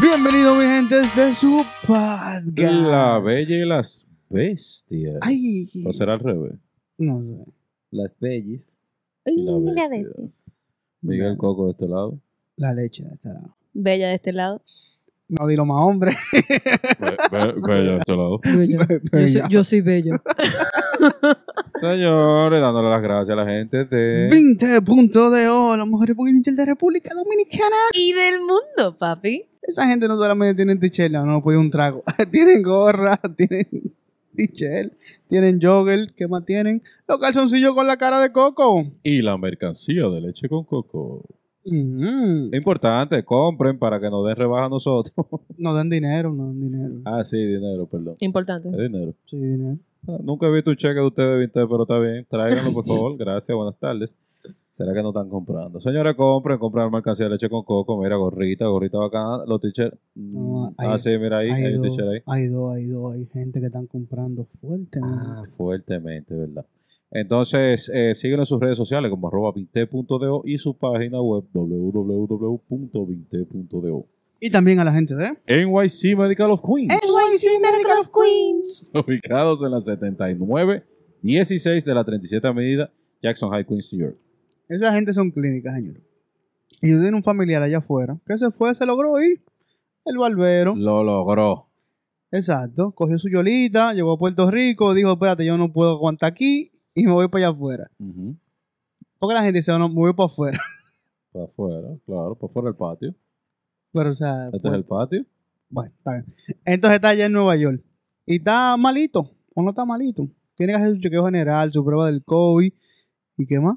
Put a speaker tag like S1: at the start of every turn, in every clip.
S1: Bienvenidos, mi gente, de su podcast.
S2: La Bella y las Bestias.
S1: Ay.
S2: ¿O será al revés?
S1: No sé.
S2: Las Bellis y la
S3: Uy,
S2: Bestia.
S3: la bestia.
S2: Miguel Coco de este lado.
S1: La leche de este lado.
S3: Bella de este lado.
S1: No dilo más, hombre.
S2: Bella de este lado.
S1: Pero
S3: Yo,
S1: ya.
S3: soy, yo soy bello.
S2: Señores, dándole las gracias a la gente de...
S1: 20 puntos de oro, las mujeres con Tichel de República Dominicana.
S3: y del mundo, papi.
S1: Esa gente no solamente tienen Tichel, no, no puede un trago. tienen gorra, tienen Tichel, tienen jogger, ¿qué más tienen? Los calzoncillos con la cara de coco.
S2: Y la mercancía de leche con coco.
S1: Mm.
S2: Importante, compren para que nos den rebaja a nosotros.
S1: No dan dinero, no dan dinero.
S2: ah, sí, dinero, perdón.
S3: Importante.
S2: Es dinero.
S1: Sí, dinero.
S2: Ah, Nunca he visto un cheque de ustedes, Vinted, pero está bien. Tráiganlo, por favor. Gracias, buenas tardes. ¿Será que no están comprando? Señores, compren, compren mercancía de leche con coco. Mira, gorrita, gorrita bacana. Los t-shirts.
S1: No,
S2: mm,
S1: ahí-
S2: ah, sí, mira ahí. Hay
S1: Hay
S2: un
S1: dos,
S2: t-shirt ahí.
S1: hay dos, hay dos, hay gente que están comprando fuerte.
S2: Ah, fuertemente, ¿verdad? Entonces, eh, síguenos en sus redes sociales como arroba vinte.do y su página web www.vinte.do.
S1: Y también a la gente de
S2: NYC Medical of Queens.
S1: NYC Medical of Queens.
S2: Ubicados en la 79, 16 de la 37 Avenida Jackson High, Queens, New York.
S1: Esa gente son clínicas, señores. Y yo tenía un familiar allá afuera que se fue, se logró ir. El barbero,
S2: Lo logró.
S1: exacto, cogió su yolita, llegó a Puerto Rico, dijo, espérate, yo no puedo aguantar aquí y me voy para allá afuera.
S2: Ujú.
S1: Porque la gente dice, "Oh, no, me voy para afuera.
S2: Para afuera, claro, para afuera del patio.
S1: Pero, o sea,
S2: Este
S1: pues,
S2: es el patio.
S1: Bueno, está bien. Entonces está allá en Nueva York. Y está malito. O no está malito. Tiene que hacer su chequeo general, su prueba del COVID. ¿Y qué más?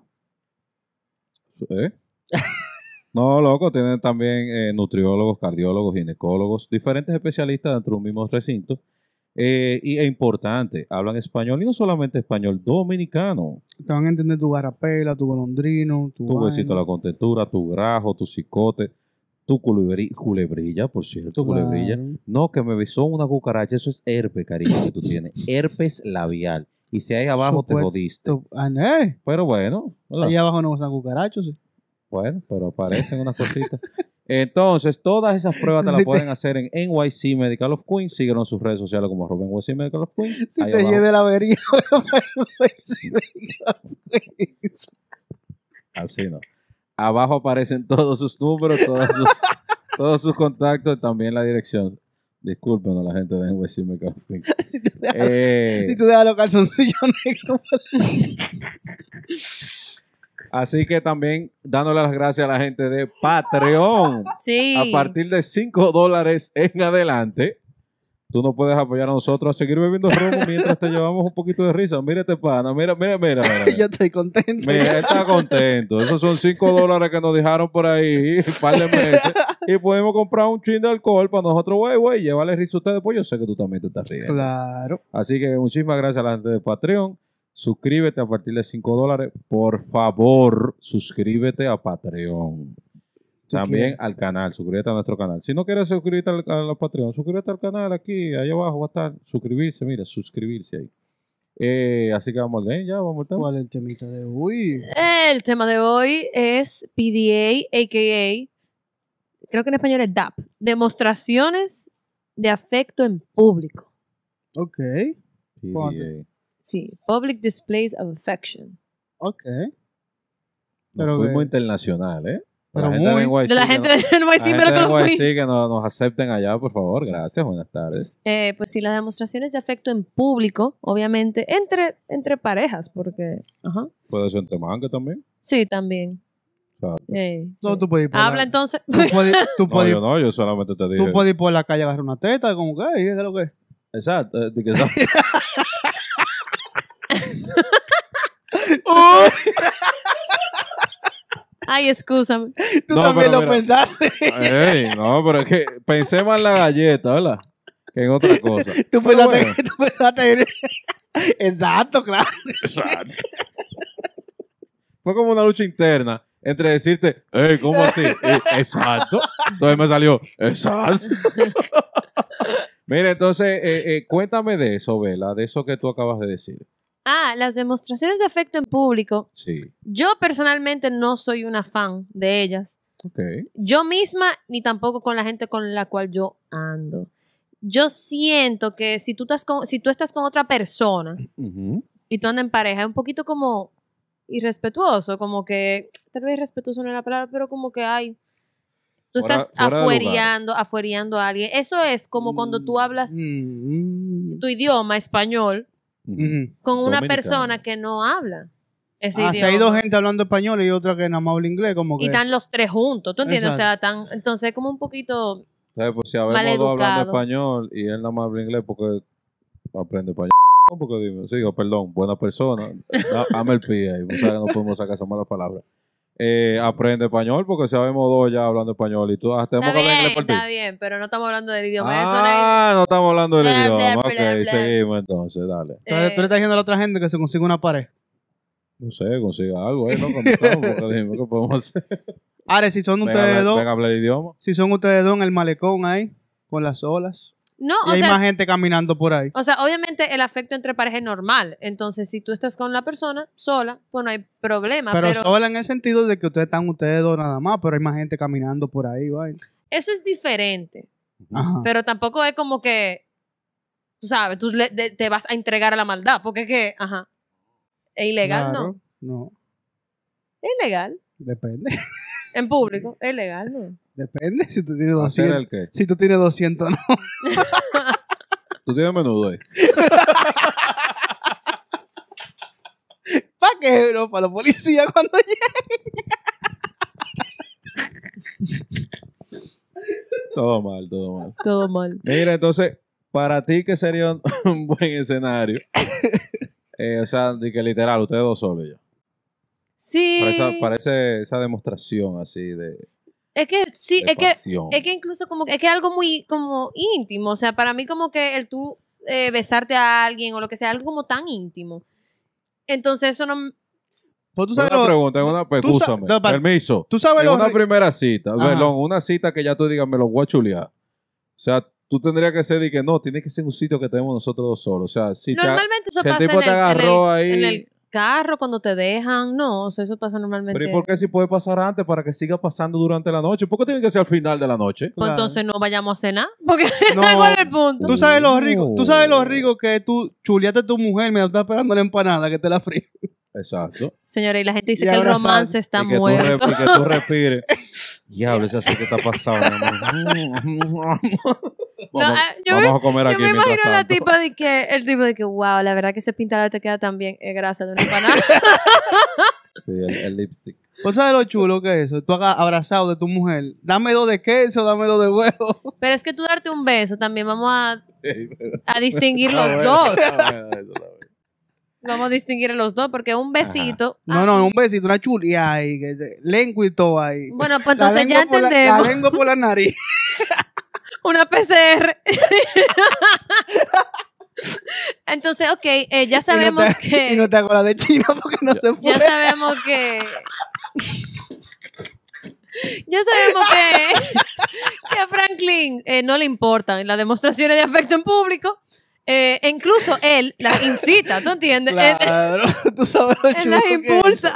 S2: ¿Eh? No, loco, tienen también eh, nutriólogos, cardiólogos, ginecólogos, diferentes especialistas dentro de un mismo recinto. Eh, y es importante, hablan español y no solamente español, dominicano.
S1: Te van a entender tu garapela, tu golondrino, tu.
S2: Tu
S1: vaina.
S2: huesito a la contentura, tu grajo, tu cicote, tu culebri- culebrilla, por cierto,
S1: Claro.
S2: culebrilla. No, que me besó una cucaracha, eso es herpes, cariño, que tú tienes. Herpes labial. Y si hay abajo, te
S1: Supuesto.
S2: jodiste.
S1: Tu- ah, ¿eh?
S2: Pero bueno, hola.
S1: Allá abajo no usan cucarachos. ¿sí?
S2: Bueno, pero aparecen unas cositas. Entonces, todas esas pruebas te las
S1: Si te-
S2: pueden hacer en NYC Medical of Queens. Síguenos en sus redes sociales como Robin NYC Medical of Queens.
S1: Si
S2: Ahí
S1: te
S2: abajo.
S1: lleve la avería, sí, venga.
S2: Así no. Abajo aparecen todos sus números, todos sus, todos sus contactos y también la dirección. Disculpen a la gente de NYC Medical of Queens.
S1: si tú dejas-
S2: Eh,
S1: si tú dejas los calzoncillos negros.
S2: así que también dándole las gracias a la gente de Patreon.
S3: Sí.
S2: A partir de 5 dólares en adelante, tú nos puedes apoyar a nosotros a seguir bebiendo romo mientras te llevamos un poquito de risa. Mira este pana, mira, mira, mira. mira,
S1: Yo
S2: mira.
S1: estoy contento.
S2: Mira, está contento. Esos son 5 dólares que nos dejaron por ahí un par de meses. Y podemos comprar un chin de alcohol para nosotros, güey, güey. Llévale risa a ustedes, pues yo sé que tú también te estás riendo.
S1: Claro.
S2: Así que muchísimas gracias a la gente de Patreon. Suscríbete a partir de 5 dólares. Por favor, suscríbete a Patreon.
S1: Si
S2: También
S1: quieres.
S2: al canal, suscríbete a nuestro canal. Si no quieres suscribirte al, a la Patreon, suscríbete al canal aquí, allá abajo va a estar. Suscribirse, mira, suscribirse ahí. Eh, así que vamos al game, ya vamos al tema.
S1: ¿Cuál es el temita de uy?
S3: El tema de hoy es PDA, a.k.a. Creo que en español es DAP. Demostraciones de afecto en público.
S1: Ok,
S2: PDA.
S3: Sí. Public displays of affection.
S1: ok.
S2: Nos
S1: Pero
S2: fuimos
S1: que-
S2: internacional, ¿eh?
S1: Pero
S2: la gente
S1: muy-
S2: de NYC,
S3: De la gente de
S2: que,
S3: NYC
S2: nos, la gente de
S3: Medical Queen.
S2: NYC que nos, nos acepten allá, por favor. Gracias, buenas tardes.
S3: Eh, pues sí, las demostraciones de afecto en público, obviamente, entre, entre parejas, porque. Ajá.
S2: Puede ser en Temanga también.
S3: Sí, también.
S2: Exacto.
S3: Eh,
S1: No,
S3: eh.
S1: tú puedes ir por
S3: Habla
S1: la...
S3: entonces.
S1: Tú puedes, tú
S2: No,
S1: puedes,
S2: yo no, yo solamente te dije.
S1: tú puedes ir por la calle a agarrar una teta, como que, "Ey, ¿qué es lo que es?"
S2: Exacto. eh, de que esa-
S3: Ay, excúsame.
S1: Tú
S2: No,
S1: también lo
S2: pero mira.
S1: pensaste.
S2: Ey, no, pero es que pensé más en la galleta, ¿verdad? Que en otra cosa.
S1: Tú
S2: Pero
S1: pensaste,
S2: bueno.
S1: tú pensaste en- Exacto, claro.
S2: Exacto. Fue como una lucha interna entre decirte, hey, ¿cómo así? Eh, exacto. Entonces me salió, exacto. Mira, entonces, eh, eh, cuéntame de eso, Vela, de eso que tú acabas de decir.
S3: Ah, las demostraciones de afecto en público.
S2: Sí.
S3: Yo personalmente no soy una fan de ellas.
S2: Ok.
S3: yo misma ni tampoco con la gente con la cual yo ando. Yo siento que si tú estás con, si tú estás con otra persona
S2: Ujú.
S3: y tú andas en pareja, es un poquito como irrespetuoso, como que, tal vez irrespetuoso no es la palabra, pero como que ay, tú
S2: Fuera-
S3: estás
S2: fuera de lugar.
S3: afuereando, afuereando a alguien. Eso es como cuando tú hablas
S1: Mm, mm,
S3: tu idioma español
S2: Ujú.
S1: mm.
S3: con una
S2: Dominicano.
S3: persona que no habla ese
S1: Ah, si
S3: idioma.
S1: hay dos gente hablando español y otra que nada más habla inglés, como que.
S3: y están los tres juntos, ¿tú entiendes? O sea, tan, entonces como un poquito
S2: ¿Sabes? Pues si habemos dos hablando
S3: Maleducado.
S2: español y él nada más habla inglés porque aprende español. No, Porque dime, sí, digo, perdón, buena persona. da- Dame el pie ahí. pues, ¿sabes? No podemos sacar esa mala palabra. Eh, aprende español porque si habemos dos ya hablando español y tú ah, tenemos
S3: Está
S2: que hablar inglés
S3: bien,
S2: por ti.
S3: está bien, pero no estamos hablando del idioma. Eso no hay-
S2: Ah, no estamos hablando del
S3: Bla, bla,
S2: idioma.
S3: bla,
S2: ok,
S3: bla.
S2: seguimos entonces, dale.
S1: Entonces,
S3: eh,
S1: tú le estás diciendo a la otra gente que se consiga una pared.
S2: No sé, consiga algo, ¿eh? Loco, no estamos, porque dime, ¿qué podemos hacer?
S1: Ahora, si son
S2: Venga,
S1: ustedes
S2: habla-
S1: dos,
S2: venga, habla el idioma.
S1: si son ustedes dos en el malecón ahí, con las olas.
S3: no,
S1: Y
S3: o
S1: hay
S3: sea,
S1: más gente caminando por ahí.
S3: o sea, obviamente el afecto entre pareja es normal. Entonces, si tú estás con la persona sola, pues no hay problema.
S1: Pero,
S3: Pero,
S1: sola en el sentido de que ustedes están ustedes dos nada más, pero hay más gente caminando por ahí, vaina.
S3: eso es diferente.
S1: Ajá.
S3: Pero tampoco es como que, tú sabes, tú le- de- te vas a entregar a la maldad. Porque es que, ajá, es ilegal,
S1: Claro,
S3: ¿no?
S1: No,
S3: Es ilegal.
S1: depende.
S3: En público, es ilegal, ¿no?
S1: Depende si tú tienes
S2: ¿Hacer
S1: 200.
S2: el qué?
S1: Si tú tienes 200, no.
S2: Tú tienes menudo ahí.
S1: ¿Para qué, bro? Para los policías cuando lleguen.
S2: Todo mal, todo mal.
S3: Todo mal.
S2: Mira, entonces, para ti, ¿qué sería un- un buen escenario? Eh, o sea, de que literal, ustedes dos solos ya.
S3: Sí.
S2: Para esa, para ese- esa demostración así de,
S3: Es que sí,
S2: de
S3: es que
S2: pasión.
S3: Es que incluso como que- es que es algo muy como íntimo, o sea, para mí como que el tú eh, besarte a alguien o lo que sea, algo como tan íntimo. Entonces eso no
S1: Pues tú
S2: No es
S1: sabes,
S2: una
S1: lo-
S2: pregunta, es una... pues,
S1: tú sa-
S2: Escúchame,
S1: da- pa-
S2: permiso.
S1: tú sabes
S2: Es
S1: los
S2: una
S1: ri-
S2: primera cita,
S1: Ajá.
S2: perdón, una cita que ya tú digas, me lo voy a chulear. O sea, tú tendrías que ser de que no, tiene que ser un sitio que tenemos nosotros dos solos. O sea, si te ha-
S3: normalmente eso
S2: si el
S3: pasa
S2: tipo te
S3: en, el, en el-
S2: agarró ahí-
S3: en el carro cuando te dejan, no, o sea, eso pasa normalmente.
S2: Pero ¿y por qué si puede pasar antes para que siga pasando durante la noche? ¿Por qué tiene que ser al final de la noche?
S3: Pues
S1: Claro.
S3: entonces no vayamos a cenar, porque
S1: No.
S3: ¿cuál es el punto?
S1: Tú sabes los ricos, tú sabes
S2: Oh.
S1: los ricos que tú chuleaste a tu mujer mientras estás esperando la empanada que te la fríe.
S2: Exacto.
S3: Señores, y la gente dice
S1: Y
S3: que el
S1: abrazar.
S3: romance está
S2: y que
S3: muerto.
S2: Tú re- y que tú respires. Diablo, ese aceite está pasado. vamos,
S3: No, ah, yo
S2: vamos a comer
S3: Yo
S2: aquí
S3: me
S2: mientras
S3: imagino a la
S2: tanto.
S3: tipa de que, el tipo de que, wow, la verdad que ese pintado te queda tan bien, es grasa de una empanada.
S2: Sí, el, el lipstick.
S1: ¿Tú sabes lo chulo que es eso? Tú hagas abrazado de tu mujer. Dame dos de queso, dame dos de huevo.
S3: Pero es que tú darte un beso también, vamos a a distinguir
S2: Ah,
S3: los
S2: bueno,
S3: dos.
S2: ah, bueno, eso está bueno.
S3: Vamos a distinguir los dos porque un besito.
S1: No,
S3: ah,
S1: no, un besito, una chulia ahí, que te- lengua y todo ahí.
S3: Bueno, pues
S1: La
S3: entonces ya
S1: lengua por la- la
S3: entendemos.
S1: lengua por la nariz.
S3: Una PCR. entonces, ok, eh, ya sabemos
S1: y no te,
S3: que.
S1: Y no te acuerdas de China porque no se fue.
S3: Ya sabemos que. ya sabemos que. que a Franklin eh, no le importan las demostraciones de afecto en público. Eh, e incluso él las incita, ¿tú entiendes? Él-
S1: Claro, tú sabes lo
S3: él
S1: chulo
S3: eh, las
S1: que es.
S3: impulsa.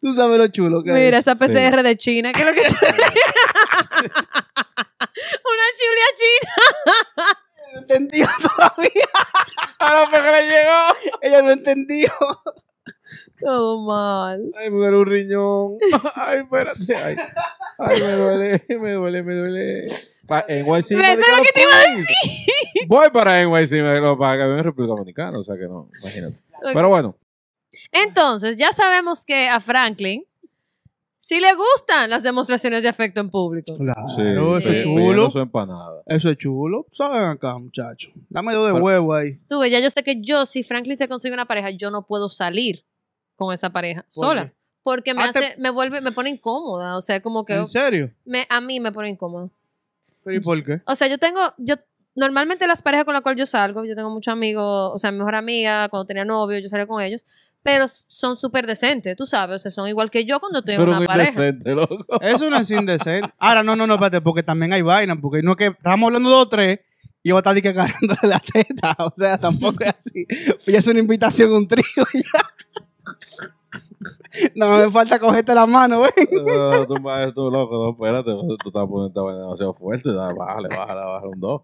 S1: Tú sabes lo chulo que
S3: Mira,
S1: es.
S3: esa PCR de China, que es lo que Una chulia china.
S1: no entendió todavía. A lo mejor le llegó. Ella no entendió.
S3: Todo mal.
S2: Ay, me duele un riñón. Ay, espérate. Ay, Ay, me duele, me duele, me duele. Pa NYC.
S3: Pensaba
S2: Dominicano
S3: que te iba a
S2: Place. Voy para NYC, me lo paga. Vivo en República Dominicana, o sea que no, imagínate. Pero bueno,
S3: Entonces, ya sabemos que a Franklin sí le gustan las demostraciones de afecto en público.
S1: Claro,
S2: sí,
S1: eso es
S2: pi-
S1: chulo.
S2: pidiendo su empanada.
S1: Eso es chulo. Saben acá, muchachos. Dame dos de
S2: Pero-
S1: huevo ahí.
S3: Tú ves, ya yo sé que yo, si Franklin se consigue una pareja, yo no puedo salir con esa pareja sola.
S1: qué?
S3: Porque me
S1: Ah, te-
S3: hace, me vuelve, me pone incómoda. O sea, como que
S1: ¿En serio?
S3: me, a mí me pone incómoda.
S1: ¿Pero y por qué?
S3: O sea, yo tengo, yo normalmente las parejas con las cuales yo salgo, yo tengo muchos amigos, o sea, mi mejor amiga, cuando tenía novio, yo salía con ellos, pero s- son súper decentes, tú sabes, o sea, son igual que yo cuando tengo
S2: Pero
S3: una
S2: muy
S3: pareja.
S2: decente, loco.
S1: Eso no es indecente. Ahora, no, no, no, espérate, porque también hay vainas, porque no es que estamos hablando de dos o tres y yo voy a estar de que agarrándole la teta. O sea, tampoco es así. Pues ya es una invitación, un trío ya. No me falta cogerte la mano, ven.
S2: No, tú, ma- tú, loco, no, espérate. pues, Tú estás poniendo esta vaina demasiado fuerte. dale, Bájale, bájale, bájale un dos.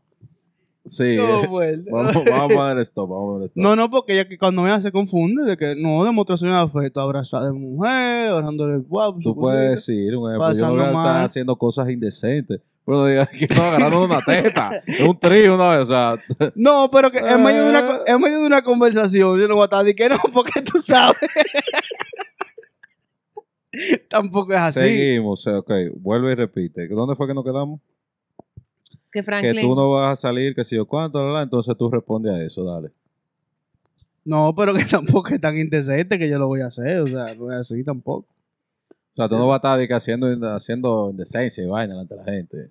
S2: Sí.
S1: No, vuelta.
S2: Vamos, vamos a poner stop, vamos a poner stop.
S1: No, no, porque ella que cuando me se confunde de que no, demostración de afecto, abrazada de mujer, orándole guapo.
S2: Tú puedes decir, un ejemplo, yo no
S1: Pasando
S2: voy a estar
S1: mal.
S2: haciendo cosas indecentes. Pero diga que estaba agarrando una teta, un trío una vez, o sea,
S1: No, pero que en medio, de una,
S2: Eh.
S1: co- en medio de una conversación yo no voy a estar de que no, porque tú sabes. Tampoco es así.
S2: seguimos, o sea, ok, vuelve y repite. ¿Dónde fue que nos quedamos?
S3: Que
S2: Que
S3: Franklin.
S2: tú no vas a salir, que si yo cuánto, la, la, entonces tú respondes a eso, dale.
S1: No, pero que tampoco es tan indecente que yo lo voy a hacer, o sea, no es así tampoco.
S2: O sea, tú no vas a estar de que haciendo, haciendo indecencia y vaina ante la gente.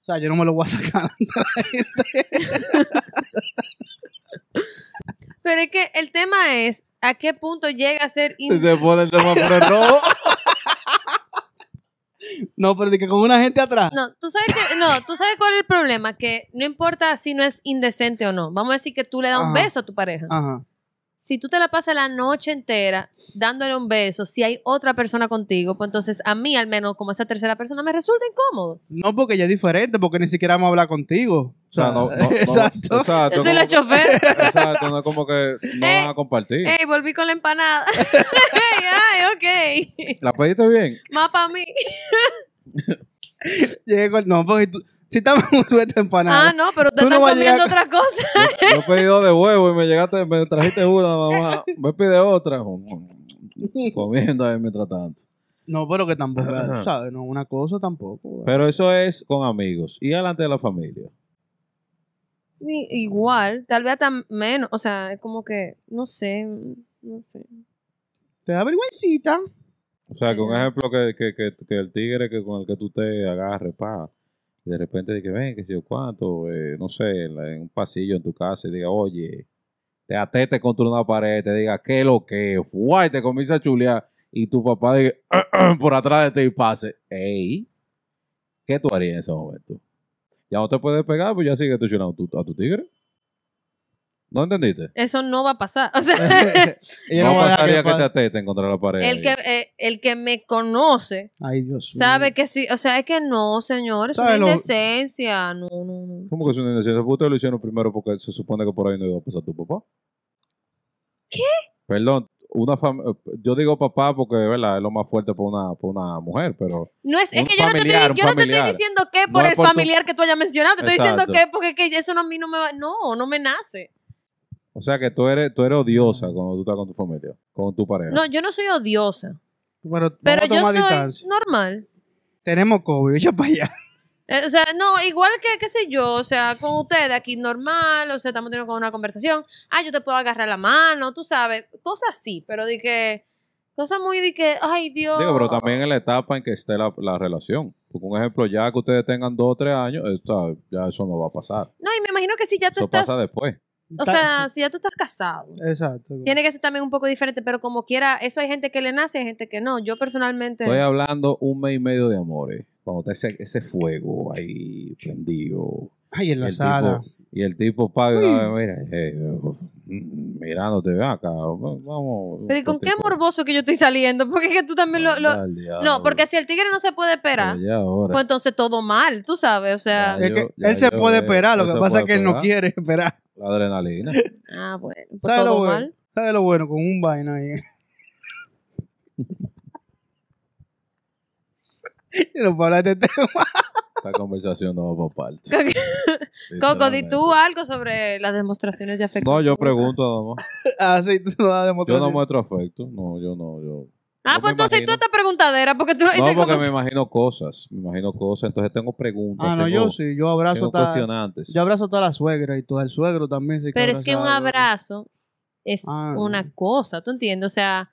S1: O sea, yo no me lo voy a sacar ante la gente.
S3: Pero es que el tema es a qué punto llega a ser in-
S2: Si se pone el semáforo en rojo,
S1: No, pero de que con una gente atrás.
S3: No, tú sabes que no, tú sabes cuál es el problema, que no importa si no es indecente o no. Vamos a decir que tú le das un
S1: Ajá. Ah.
S3: beso a tu pareja.
S1: Ajá.
S3: Si tú te la pasas la noche entera dándole un beso, si hay otra persona contigo, pues entonces a mí al menos como esa tercera persona me resulta incómodo.
S1: No, porque ella es diferente, porque ni siquiera vamos a hablar contigo.
S2: o sea, no, no, no,
S1: Exacto.
S2: exacto,
S3: Yo
S2: como
S3: soy la
S2: que-
S3: chofer.
S2: exacto, no es como que no van a compartir.
S3: Ey, volví con la empanada. Ey, ay, ok.
S2: ¿La pediste bien?
S3: Más para mí.
S1: Llegué con- No, porque tú- si estamos en un suéter empanado.
S3: Ah, no, pero
S1: Tú
S3: ustedes
S1: no
S3: están
S1: vas a
S3: comiendo
S1: llegar-
S3: otra cosa.
S2: Yo he pedido de huevo y me llegaste, me trajiste una, mamá. Me pide otra. Comiendo ahí mientras tanto.
S1: No, pero que tampoco, tú ¿sabes? No, una cosa tampoco.
S2: Pero eso es con amigos y adelante de la familia.
S3: Ni- Igual, tal vez hasta menos. O sea, es como que, no sé, no sé.
S1: Te da vergüencita.
S2: O sea, que un ejemplo que, que, que, que el tigre que con el que tú te agarres, pa. Y de repente de que ven, que sé yo cuánto, eh, no sé, en, la- en un pasillo en tu casa y diga, oye, te atete contra una pared, te diga, qué lo que, guay, te comienza a chulear. Y tu papá diga, por atrás de ti y pase, ey, ¿qué tú harías en ese momento? Ya no te puedes pegar, pues ya sigue tú chulando tu- a tu tigre. ¿No entendiste?
S3: Eso no va a pasar. O sea,
S1: Ella
S2: no
S1: va a dejar
S2: pasaría que,
S1: pase.
S2: te ateten contra la pared.
S3: el que, eh, el que me conoce
S1: Ay, Dios mío.
S2: Mm.
S3: sabe que sí. O sea, es que no, señor, es una
S1: ¿Sabe lo-
S3: indecencia. No, no, no.
S2: ¿Cómo que es una indecencia? Pues ustedes lo hicieron primero porque se supone que por ahí no iba a pasar tu papá.
S3: ¿Qué?
S2: Perdón, una fam- yo digo papá porque ¿verdad? es lo más fuerte para una, para una mujer, pero
S3: No es, es
S2: Un
S3: que yo, no te, estoy-
S2: familiar, un
S3: yo no te estoy
S2: familiar.
S3: diciendo que
S2: No
S3: por
S2: es
S3: el
S2: por tu-
S3: familiar que tú hayas mencionado. Te estoy
S2: Exacto.
S3: diciendo que porque que eso no, a mí no me va. No, no me nace.
S2: o sea que tú eres, tú eres odiosa cuando tú estás con tu familia, con tu pareja.
S3: No, yo no soy odiosa.
S1: Pero, vamos
S3: Pero
S1: a
S3: yo
S1: tomar
S3: soy
S1: distancia.
S3: normal.
S1: Tenemos COVID, echa para allá.
S3: Eh, o sea, no, igual que, qué sé yo, o sea, con ustedes aquí normal, o sea, estamos teniendo como una conversación, ah, yo te puedo agarrar la mano, tú sabes, cosas así, pero de que, cosas muy de que, ay Dios.
S2: Digo, pero también en la etapa en que esté la, la relación. Porque un ejemplo, ya que ustedes tengan dos o tres años, eh, ¿sabes? ya eso no va a pasar.
S3: No, y me imagino que si ya tú
S2: Eso
S3: estás,
S2: pasa después.
S3: o sea, si ya tú estás casado,
S1: Exacto.
S3: tiene que ser también un poco diferente, pero como quiera, eso hay gente que le nace, hay gente que no, yo personalmente,
S2: Estoy hablando un mes y medio de amores. Cuando está ese, ese fuego ahí prendido.
S1: Ay, en la
S2: el
S1: sala.
S2: Tipo, y el tipo padre, mira, eh, mm, mirándote, ven acá, v- vamos.
S3: pero ¿y con qué
S2: tipo,
S3: morboso que yo estoy saliendo? Porque es que tú también lo... lo-
S2: anda al diablo,
S3: no, porque si el tigre no se puede esperar,
S2: pero ya ahora.
S3: pues entonces todo mal, tú sabes, o sea...
S2: Ya
S1: Es que
S2: yo- ya
S1: él se
S2: yo,
S1: puede
S2: eh,
S1: esperar, lo
S2: él
S1: que
S2: se
S1: pasa
S2: puede
S1: es que él no
S2: esperar.
S1: quiere esperar.
S2: La adrenalina.
S3: Ah, bueno, pues
S1: ¿Sabes lo
S3: todo
S1: bueno?
S3: mal.
S1: ¿Sabes lo bueno? Con un vaina ahí. Yo no puedo hablar de este tema.
S2: Esta conversación no va para parte.
S3: Coco, di
S2: literalmente.
S3: tú algo sobre las demostraciones de afecto.
S2: No, yo pregunto nada más.
S1: Así Ah, tú no das
S2: Yo no
S1: demostración.
S2: muestro afecto. No, yo no. Yo. yo
S3: Ah,
S2: me
S3: pues entonces
S2: imagino.
S3: tú estás preguntadera porque tú lo dices
S2: No, porque
S3: como...
S2: me imagino cosas. Me imagino cosas. Entonces tengo preguntas.
S1: ah, no,
S2: tengo-
S1: yo sí. Yo abrazo
S2: Tengo
S1: hasta...
S2: cuestionantes.
S1: Yo abrazo hasta la suegra y todo el suegro también. sí que
S3: Pero es que un
S1: abrazaba.
S3: abrazo es
S1: Ah, no.
S3: una cosa, ¿tú entiendes? O sea,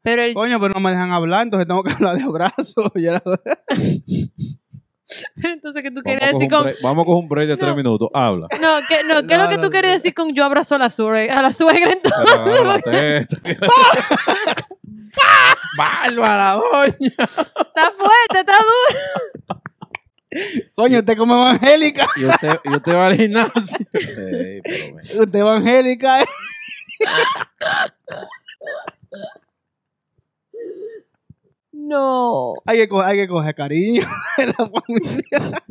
S3: pero el...
S1: Coño, pero no me dejan hablar, entonces tengo que hablar de abrazo. Yo era-
S3: Entonces, ¿qué tú
S2: Vamos
S3: querías
S2: con
S3: decir
S2: un
S3: con...?
S2: break- Vamos con un break de tres minutos. Habla.
S3: No, que, no, ¿qué es lo
S1: No,
S3: que
S1: no,
S3: tú querías
S1: no.
S3: decir con yo abrazo a la suegra? A la suegra entonces.
S2: Te agarro la teta. ¡Bárbara, doña!
S3: Está fuerte, está duro.
S1: Coño, usted como evangélica.
S2: Yo te, yo te voy al gimnasio. Ey, pero ven.
S1: Usted evangélica. eh.
S3: No.
S1: Hay que, co- hay que coger cariño de la familia.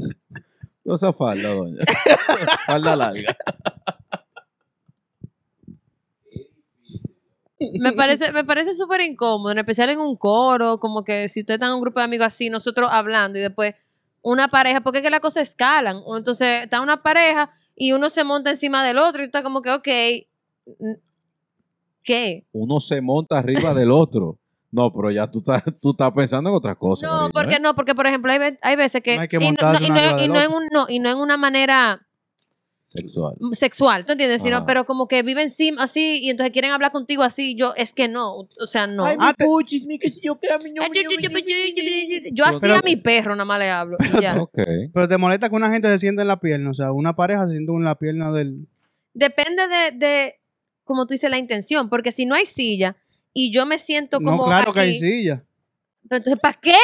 S2: Cosa falda, doña. falda larga.
S3: Me parece, me parece súper incómodo, en especial en un coro, como que si ustedes están en un grupo de amigos así, nosotros hablando y después una pareja, porque es que las cosas escalan. O Entonces está una pareja y uno se monta encima del otro y está como que, ok, n- ¿qué?
S2: Uno se monta arriba del otro. No, pero ya tú estás, tú estás pensando en otras cosas.
S3: No,
S2: cariño,
S3: porque
S2: ¿eh?
S3: no, porque por ejemplo hay, ve- hay veces que...
S1: No hay que
S3: y no-
S1: montarse
S3: no- y
S1: uno
S3: no-
S1: arriba
S3: y
S1: del
S3: no en
S1: otro.
S3: un- no, y no en una manera
S2: ¿eh? Sexual.
S3: sexual, ¿tú entiendes? Sino,
S2: Ajá.
S3: pero como que viven sim así y entonces quieren hablar contigo así, yo es que no, o sea, no. Ah,
S1: mi Ah, te-
S4: puchis, mi que si yo que a mi
S3: Yo así
S1: Pero-
S3: a mi perro nada más le hablo. y ya.
S2: Ok.
S1: Pero te molesta que una gente se siente en la pierna. O sea, una pareja se siente en la pierna del.
S3: Depende de, de, como tú dices, la intención. Porque si no hay silla y yo me siento como.
S1: No, claro que hay
S3: aquí,
S1: silla.
S3: Pero entonces, ¿para qué?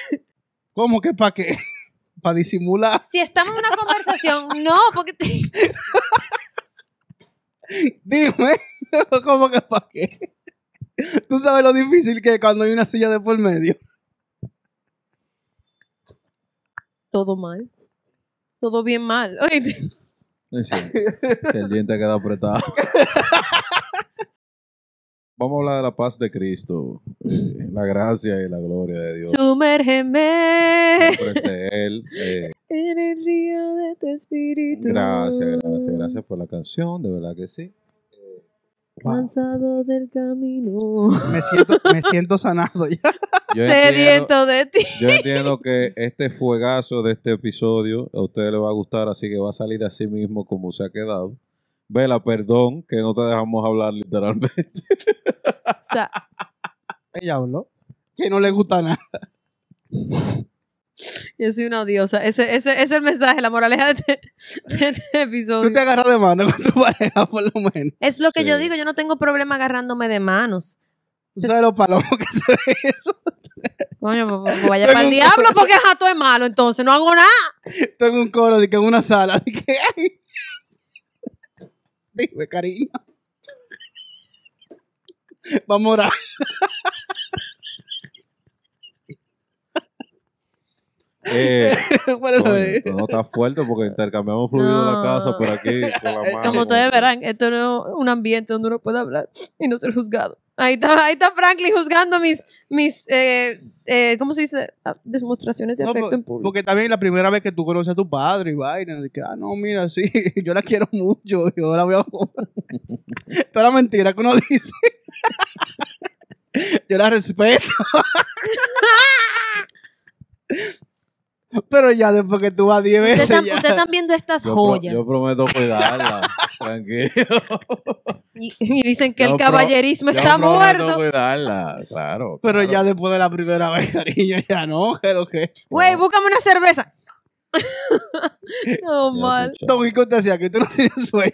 S1: ¿Cómo que para qué? Para disimular.
S3: Si estamos en una conversación, no, porque.
S1: Dime, ¿cómo que para qué? Tú sabes lo difícil que es cuando hay una silla de por medio.
S3: Todo mal. Todo bien mal. oíste.
S2: Sí. El diente ha quedado apretado. Vamos a hablar de la paz de Cristo, eh, la gracia y la gloria de Dios.
S3: Sumérgeme
S2: Siempre es de Él. eh,
S3: en el río de tu espíritu.
S2: gracias, gracias, gracias por la canción, de verdad que sí. Eh, wow.
S3: Cansado del camino.
S1: Me siento, me siento sanado ya.
S2: Yo entiendo-
S3: Sediento de ti.
S2: Yo entiendo que este fuegazo de este episodio a ustedes les va a gustar, así que va a salir así mismo como se ha quedado. Vela, perdón que no te dejamos hablar literalmente.
S3: O sea,
S1: Ella habló. Que no le gusta nada.
S3: yo soy una odiosa. Ese, ese, ese es el mensaje, la moraleja de este, de este episodio.
S1: Tú te agarras de mano con tu pareja, por lo menos.
S3: Es lo que yo
S2: Sí.
S3: digo, yo no tengo problema agarrándome de manos.
S1: Tú sabes lo palomo que se ve eso.
S3: Coño, pues, pues, pues, vaya
S1: Tengo
S3: para el
S1: un-
S3: diablo porque jato es malo, entonces no hago nada.
S1: Estoy en un coro, de que en una sala. De que, ay. Dime, cariño. Vamos a orar.
S2: Eh,
S1: Bueno,
S2: coño,
S1: eh,
S2: esto no está fuerte porque intercambiamos fluido de la
S3: No.
S2: casa por aquí con la mano.
S3: Como ustedes verán, esto no es un ambiente donde uno puede hablar y no ser juzgado. Ahí está, ahí está Franklin juzgando mis, mis eh, eh, ¿cómo se dice? Ah, Demostraciones de
S1: No,
S3: afecto
S1: po-
S3: en público.
S1: Porque también la primera vez que tú conoces a tu padre y vaina, de que, ah, no, mira, sí, yo la quiero mucho, yo la voy a Toda la mentira que uno dice. yo la respeto. Pero ya después que tú vas 10
S3: Ustedes
S1: veces,
S3: están,
S1: ya,
S3: ustedes están viendo estas
S2: Yo, pro-
S3: joyas
S2: yo prometo cuidarla, tranquilo.
S3: y, y dicen que
S2: yo
S3: el
S2: pro- pues,
S3: caballerismo
S2: Yo
S3: Pues está
S2: prometo
S3: muerto.
S2: cuidarla, claro.
S1: pero
S2: claro.
S1: ya después de la primera vez, cariño, ya no, pero que.
S3: Güey, búscame una cerveza. no
S2: Ya, pues.
S3: mal.
S2: escucha.
S1: Don Ico te hacía que tú no tienes sueño,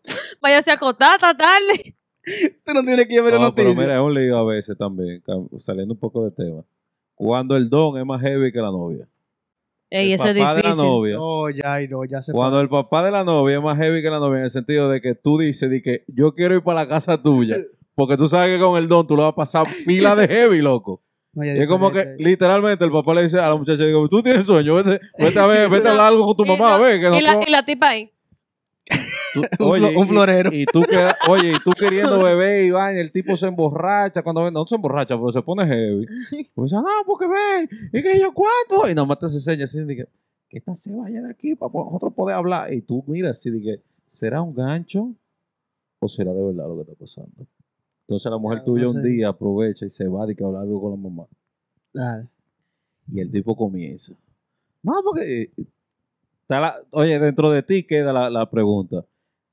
S3: Váyase a cotar, hasta tarde.
S1: tú no tienes que ir a ver
S2: No, pero
S1: noticias.
S2: mira, es un lío a veces también, cam- saliendo un poco de tema. Cuando el don es más heavy que la novia.
S3: Ey,
S2: el
S3: eso es
S2: papá de la
S3: difícil.
S2: novia.
S1: No, ya, y no, ya se
S2: Cuando el papá de la novia es más heavy que la novia, en el sentido de que tú dices de que yo quiero ir para la casa tuya, porque tú sabes que con el don tú lo vas a pasar pila de heavy, loco.
S1: No, ya
S2: Y es como que
S1: diferente.
S2: literalmente el papá le dice a la muchacha, digo, tú tienes sueño, vete, vete a ver, vete a hablar algo con tu
S3: Y
S2: mamá,
S3: no-
S2: ve que
S3: y, la,
S2: nosotros-
S3: y la tipa ahí.
S2: tú-
S1: Un flo- un
S2: y-
S1: florero.
S2: Y, tú queda- oye, y tú queriendo beber, y va, y el tipo se emborracha, cuando ve- no se emborracha, pero se pone heavy. Pues, ah, no, porque ve, y que yo cuánto, y nomás te hace señas así, de que, que esta se vaya de aquí para nosotros poder hablar. Y tú miras así, de que, ¿será un gancho o será de verdad lo que está pasando? Entonces la mujer
S1: Claro,
S2: tuya
S1: no
S2: un
S1: sé.
S2: día aprovecha y se va de que hablar algo con la mamá.
S1: Dale.
S2: Y el tipo comienza. No, porque. eh, está la- oye, dentro de ti queda la, la pregunta.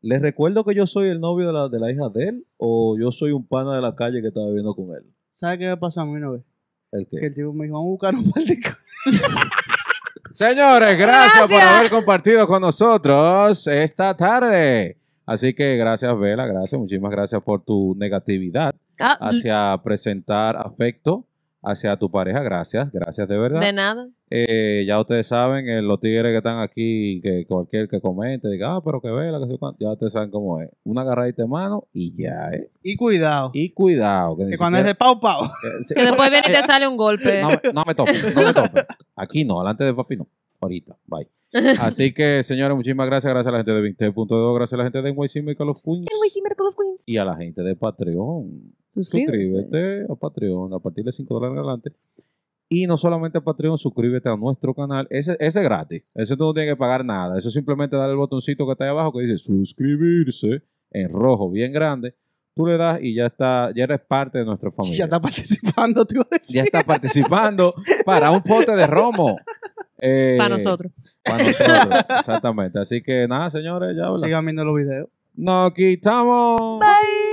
S2: ¿Les recuerdo que yo soy el novio de la, de la hija de él? ¿O yo soy un pana de la calle que estaba viviendo con él?
S1: ¿Sabes qué me pasó a mí una vez?
S2: ¿El qué?
S1: Que el tipo me dijo, vamos a buscar un par de cosas.
S2: Señores, gracias, por
S3: Gracias.
S2: haber compartido con nosotros esta tarde. Así que gracias, Vela, gracias, muchísimas gracias por tu negatividad
S3: Ah,
S2: hacia presentar afecto hacia tu pareja. Gracias, gracias de verdad.
S3: De nada.
S2: Eh, ya ustedes saben, eh, los tigres que están aquí, que cualquier que comente, diga, ah, pero que vela, que sé yo cuánto", ya ustedes saben cómo es. Una agarradita de mano y ya, ¿eh?
S1: Y cuidado.
S2: Y cuidado. Que, ni
S1: que cuando es
S2: siquiera-
S1: de pau pau.
S2: eh, sí.
S3: Que después viene y te sale un golpe.
S2: No, me- no me topen, no me topen. Aquí no, delante de papi no. Ahorita, bye. Así que, señores, muchísimas gracias. Gracias a la gente de 20.2, gracias a la gente de NYC Miracle of Queens
S3: NYC Miracle of Queens.
S2: y a la gente de Patreon.
S3: Suscríbete.
S2: Suscríbete a Patreon a partir de 5 dólares en adelante. Y no solamente a Patreon, suscríbete a nuestro canal. Ese, ese es gratis. Ese tú no tienes que pagar nada. Eso es simplemente darle el botoncito que está ahí abajo que dice suscribirse en rojo, bien grande. Tú le das y ya está, ya eres parte de nuestra familia.
S1: Ya está participando, te iba a decir.
S2: Ya está participando para un pote de romo. Eh,
S3: Para nosotros.
S2: Para nosotros, exactamente. Así que nada, señores, ya habla.
S1: Sigan viendo los videos.
S2: Nos quitamos.
S3: Bye.